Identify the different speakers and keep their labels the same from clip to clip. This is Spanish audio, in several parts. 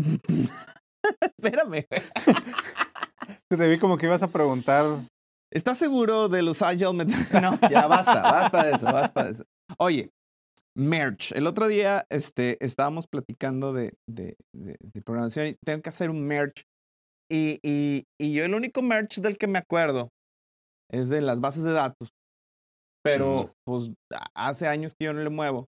Speaker 1: Espérame, güey.
Speaker 2: Te vi como que ibas a preguntar.
Speaker 1: ¿Estás seguro de los Agile Met- No, ya basta, basta de eso, basta de eso. Oye, merch. El otro día este, estábamos platicando de, de, de- de programación y tengo que hacer un merch. Y, y, y yo el único merch del que me acuerdo es de las bases de datos. Pero pues a- hace años que yo no le muevo.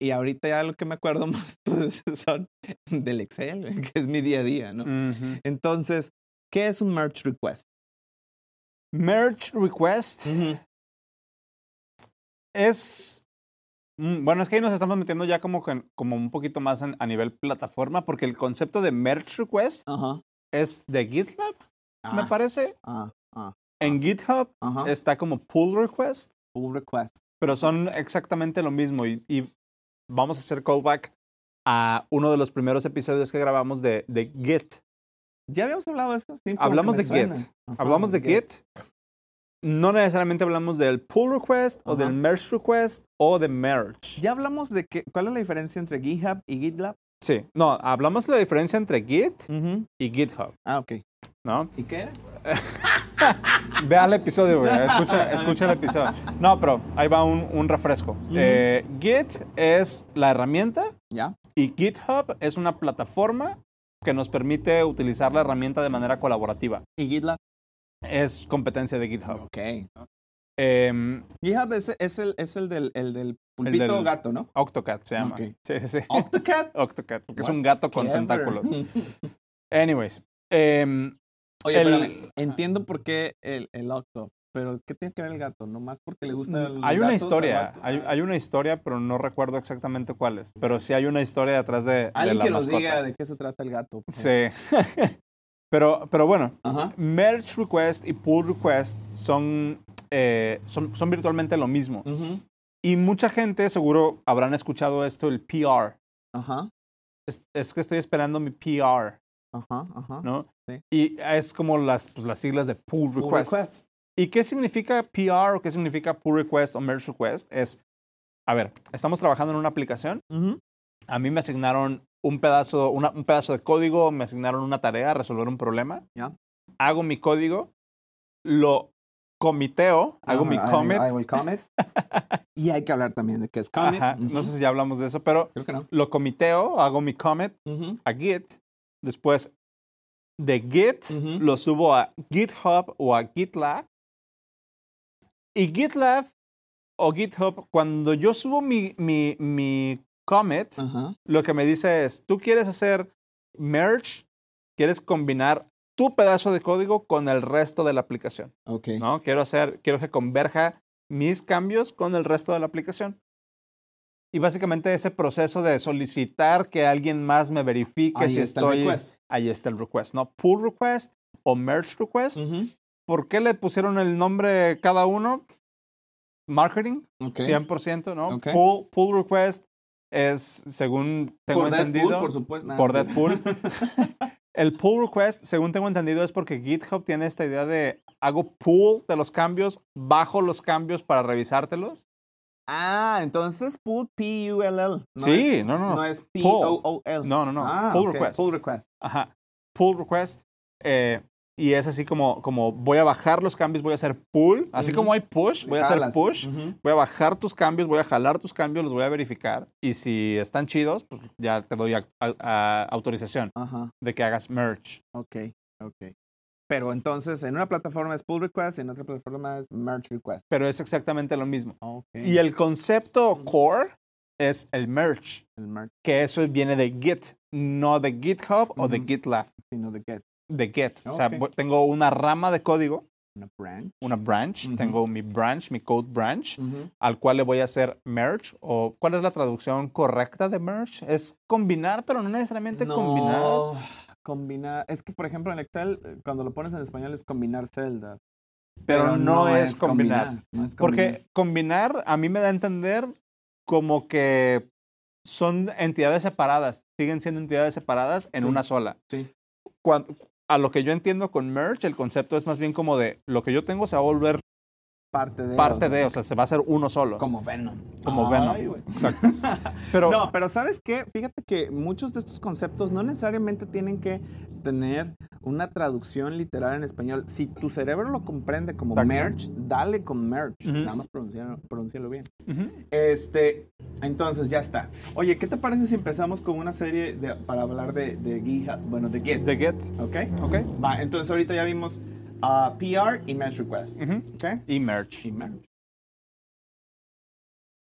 Speaker 1: Y ahorita ya lo que me acuerdo más pues, son del Excel, que es mi día a día, ¿no?
Speaker 2: Ujú.
Speaker 1: Entonces, ¿qué es un merge request?
Speaker 2: Merge request es. mm, Bueno, es que ahí nos estamos metiendo ya como, que- como un poquito más en- a nivel plataforma, porque el concepto de merge request
Speaker 1: Ajá.
Speaker 2: es de GitLab, me
Speaker 1: Ah,
Speaker 2: parece.
Speaker 1: ah, ah,
Speaker 2: En GitHub
Speaker 1: ajá.
Speaker 2: está como pull request,
Speaker 1: pull request.
Speaker 2: pero son exactamente lo mismo. Y, y vamos a hacer callback a uno de los primeros episodios que grabamos de, de Git.
Speaker 1: Ya habíamos hablado de esto. sí, como que
Speaker 2: Hablamos
Speaker 1: me
Speaker 2: de
Speaker 1: suena.
Speaker 2: Git.
Speaker 1: Ajá,
Speaker 2: Hablamos de Git. No necesariamente hablamos del pull request o
Speaker 1: Ajá.
Speaker 2: del merge request o de merge.
Speaker 1: Ya hablamos de que, cuál es la diferencia entre GitHub y GitLab.
Speaker 2: Sí, no, hablamos la diferencia entre Git y GitHub,
Speaker 1: Ah, ok.
Speaker 2: ¿no?
Speaker 1: ¿Y qué era?
Speaker 2: Ve al episodio, güey, escucha, escucha el episodio. No, pero ahí va un, un refresco. Eh, Git es la herramienta
Speaker 1: Ya.
Speaker 2: y GitHub es una plataforma que nos permite utilizar la herramienta de manera colaborativa.
Speaker 1: ¿Y GitLab?
Speaker 2: Es competencia de GitHub.
Speaker 1: Ok.
Speaker 2: Em,
Speaker 1: GitHub es, es el, es el del, el del pulpito
Speaker 2: del-
Speaker 1: gato, ¿no?
Speaker 2: Octocat se llama.
Speaker 1: Ok.
Speaker 2: Sí, sí, sí.
Speaker 1: ¿Octocat?
Speaker 2: Octocat, porque es
Speaker 1: What?
Speaker 2: un gato con
Speaker 1: Clever.
Speaker 2: tentáculos. Anyways, em,
Speaker 1: Oye,
Speaker 2: El-
Speaker 1: espérame. Entiendo por qué el, el octo, pero ¿qué tiene que ver el gato? Nomás porque le gusta el
Speaker 2: Mm, hay una historia, hay, hay una historia, pero no recuerdo exactamente cuál es. Pero sí hay una historia detrás de, de
Speaker 1: Alguien
Speaker 2: la
Speaker 1: que nos
Speaker 2: mascota.
Speaker 1: diga de qué se trata el gato. por favor.
Speaker 2: Sí. pero, pero bueno,
Speaker 1: Ajá.
Speaker 2: merge request y pull request son, eh, son, son virtualmente lo mismo.
Speaker 1: Ujú.
Speaker 2: Y mucha gente seguro habrán escuchado esto, el PR.
Speaker 1: Ajá.
Speaker 2: Es, es que estoy esperando mi PR,
Speaker 1: Ajá. Ajá.
Speaker 2: ¿no?
Speaker 1: Sí.
Speaker 2: Y es como las, pues, las siglas de pull
Speaker 1: Pull
Speaker 2: request.
Speaker 1: request.
Speaker 2: ¿Y qué significa PR o qué significa pull request o merge request? Es, a ver, estamos trabajando en una aplicación.
Speaker 1: Ujú.
Speaker 2: A mí me asignaron un pedazo, una- un pedazo de código, me asignaron una tarea, resolver un problema.
Speaker 1: Ya.
Speaker 2: Hago mi código, lo comiteo, hago mi
Speaker 1: Ajá, Ah, I-
Speaker 2: commit.
Speaker 1: I will commit. y hay que hablar también de qué es commit.
Speaker 2: Ajá,
Speaker 1: Ujú.
Speaker 2: No sé si ya hablamos de eso, pero
Speaker 1: Creo que no.
Speaker 2: lo comiteo, hago mi commit
Speaker 1: Ujú.
Speaker 2: a Git. Después de Git,
Speaker 1: Ujú.
Speaker 2: lo subo a GitHub o a GitLab. Y GitLab o GitHub, cuando yo subo mi, mi, mi commit,
Speaker 1: Ajá.
Speaker 2: lo que me dice es, tú quieres hacer merge, quieres combinar tu pedazo de código con el resto de la aplicación,
Speaker 1: Ok.
Speaker 2: ¿no? Quiero hacer, quiero que converja mis cambios con el resto de la aplicación. Y básicamente ese proceso de solicitar que alguien más me verifique
Speaker 1: Ahí
Speaker 2: si
Speaker 1: está
Speaker 2: estoy
Speaker 1: el request.
Speaker 2: ahí está el request, ¿no? Pull request o merge request.
Speaker 1: Ujú.
Speaker 2: ¿Por qué le pusieron el nombre cada uno? Marketing,
Speaker 1: Ok.
Speaker 2: 100%, ¿no?
Speaker 1: Ok.
Speaker 2: Pull, pull request es, según tengo
Speaker 1: por
Speaker 2: entendido,
Speaker 1: Deadpool, por supuesto. Nada,
Speaker 2: por
Speaker 1: Ah, sí.
Speaker 2: Deadpool. el pull request, según tengo entendido, es porque GitHub tiene esta idea de hago pull de los cambios, bajo los cambios para revisártelos.
Speaker 1: Ah, entonces pull P-U-L-L. No
Speaker 2: sí,
Speaker 1: es-
Speaker 2: no, no,
Speaker 1: No
Speaker 2: no.
Speaker 1: es P-O-O-L.
Speaker 2: No, no, no.
Speaker 1: Ah,
Speaker 2: pull
Speaker 1: ok,
Speaker 2: request.
Speaker 1: Pull request.
Speaker 2: Ajá. Pull request. eh, y es así como, como voy a bajar los cambios, voy a hacer pull. Así
Speaker 1: Ujú.
Speaker 2: como hay push, voy a hacer
Speaker 1: Jalas.
Speaker 2: push.
Speaker 1: Ujú.
Speaker 2: Voy a bajar tus cambios, voy a jalar tus cambios, los voy a verificar. Y si están chidos, pues ya te doy ac- a- a- autorización
Speaker 1: Ajá.
Speaker 2: de que hagas merge.
Speaker 1: Ok. Ok. Pero entonces, en una plataforma es pull request y en otra plataforma es merge request.
Speaker 2: Pero es exactamente lo mismo.
Speaker 1: Ok.
Speaker 2: Y el concepto
Speaker 1: Ujú.
Speaker 2: core es el merge,
Speaker 1: El merge,
Speaker 2: que eso viene de Git, no de GitHub o de
Speaker 1: Ujú.
Speaker 2: GitLab,
Speaker 1: sino de get.
Speaker 2: de Git. O sea,
Speaker 1: Ok.
Speaker 2: voy- tengo una rama de código,
Speaker 1: Una branch.
Speaker 2: una branch,
Speaker 1: Ujú.
Speaker 2: tengo mi branch, mi code branch,
Speaker 1: Ujú.
Speaker 2: al cual le voy a hacer merge o cuál es la traducción correcta de merge es combinar pero no necesariamente combinar
Speaker 1: No, combinar. Es que, por ejemplo, en Excel, eh, cuando lo pones en español es combinar celda.
Speaker 2: pero, no, es, combinar,
Speaker 1: no es combinar.
Speaker 2: porque combinar a mí me da a entender como que son entidades separadas siguen siendo entidades separadas en
Speaker 1: Sí.
Speaker 2: una sola
Speaker 1: Sí.
Speaker 2: Cuan- a lo que yo entiendo con merge el concepto es más bien como de lo que yo tengo se va a volver
Speaker 1: parte de.
Speaker 2: parte de, o sea, se va a hacer uno solo.
Speaker 1: Como Venom.
Speaker 2: Como
Speaker 1: Ay,
Speaker 2: Venom.
Speaker 1: güey.
Speaker 2: Exacto. Pero
Speaker 1: no, pero ¿sabes qué? Fíjate que muchos de estos conceptos no necesariamente tienen que tener una traducción literal en español. Si tu cerebro lo comprende como
Speaker 2: Exacto.
Speaker 1: merge, dale con merge.
Speaker 2: Ujú.
Speaker 1: Nada más pronuncialo, pronúncialo bien.
Speaker 2: ujú,
Speaker 1: Este, entonces ya está. Oye, ¿qué te parece si empezamos con una serie de- para hablar de, de GitHub? Bueno, de Git.
Speaker 2: The Get,
Speaker 1: ¿Ok?
Speaker 2: ¿ok?
Speaker 1: Va, entonces ahorita ya vimos ah, PR y Merge Request.
Speaker 2: ujú,
Speaker 1: ¿Ok?
Speaker 2: Y Merge.
Speaker 1: Y Merge.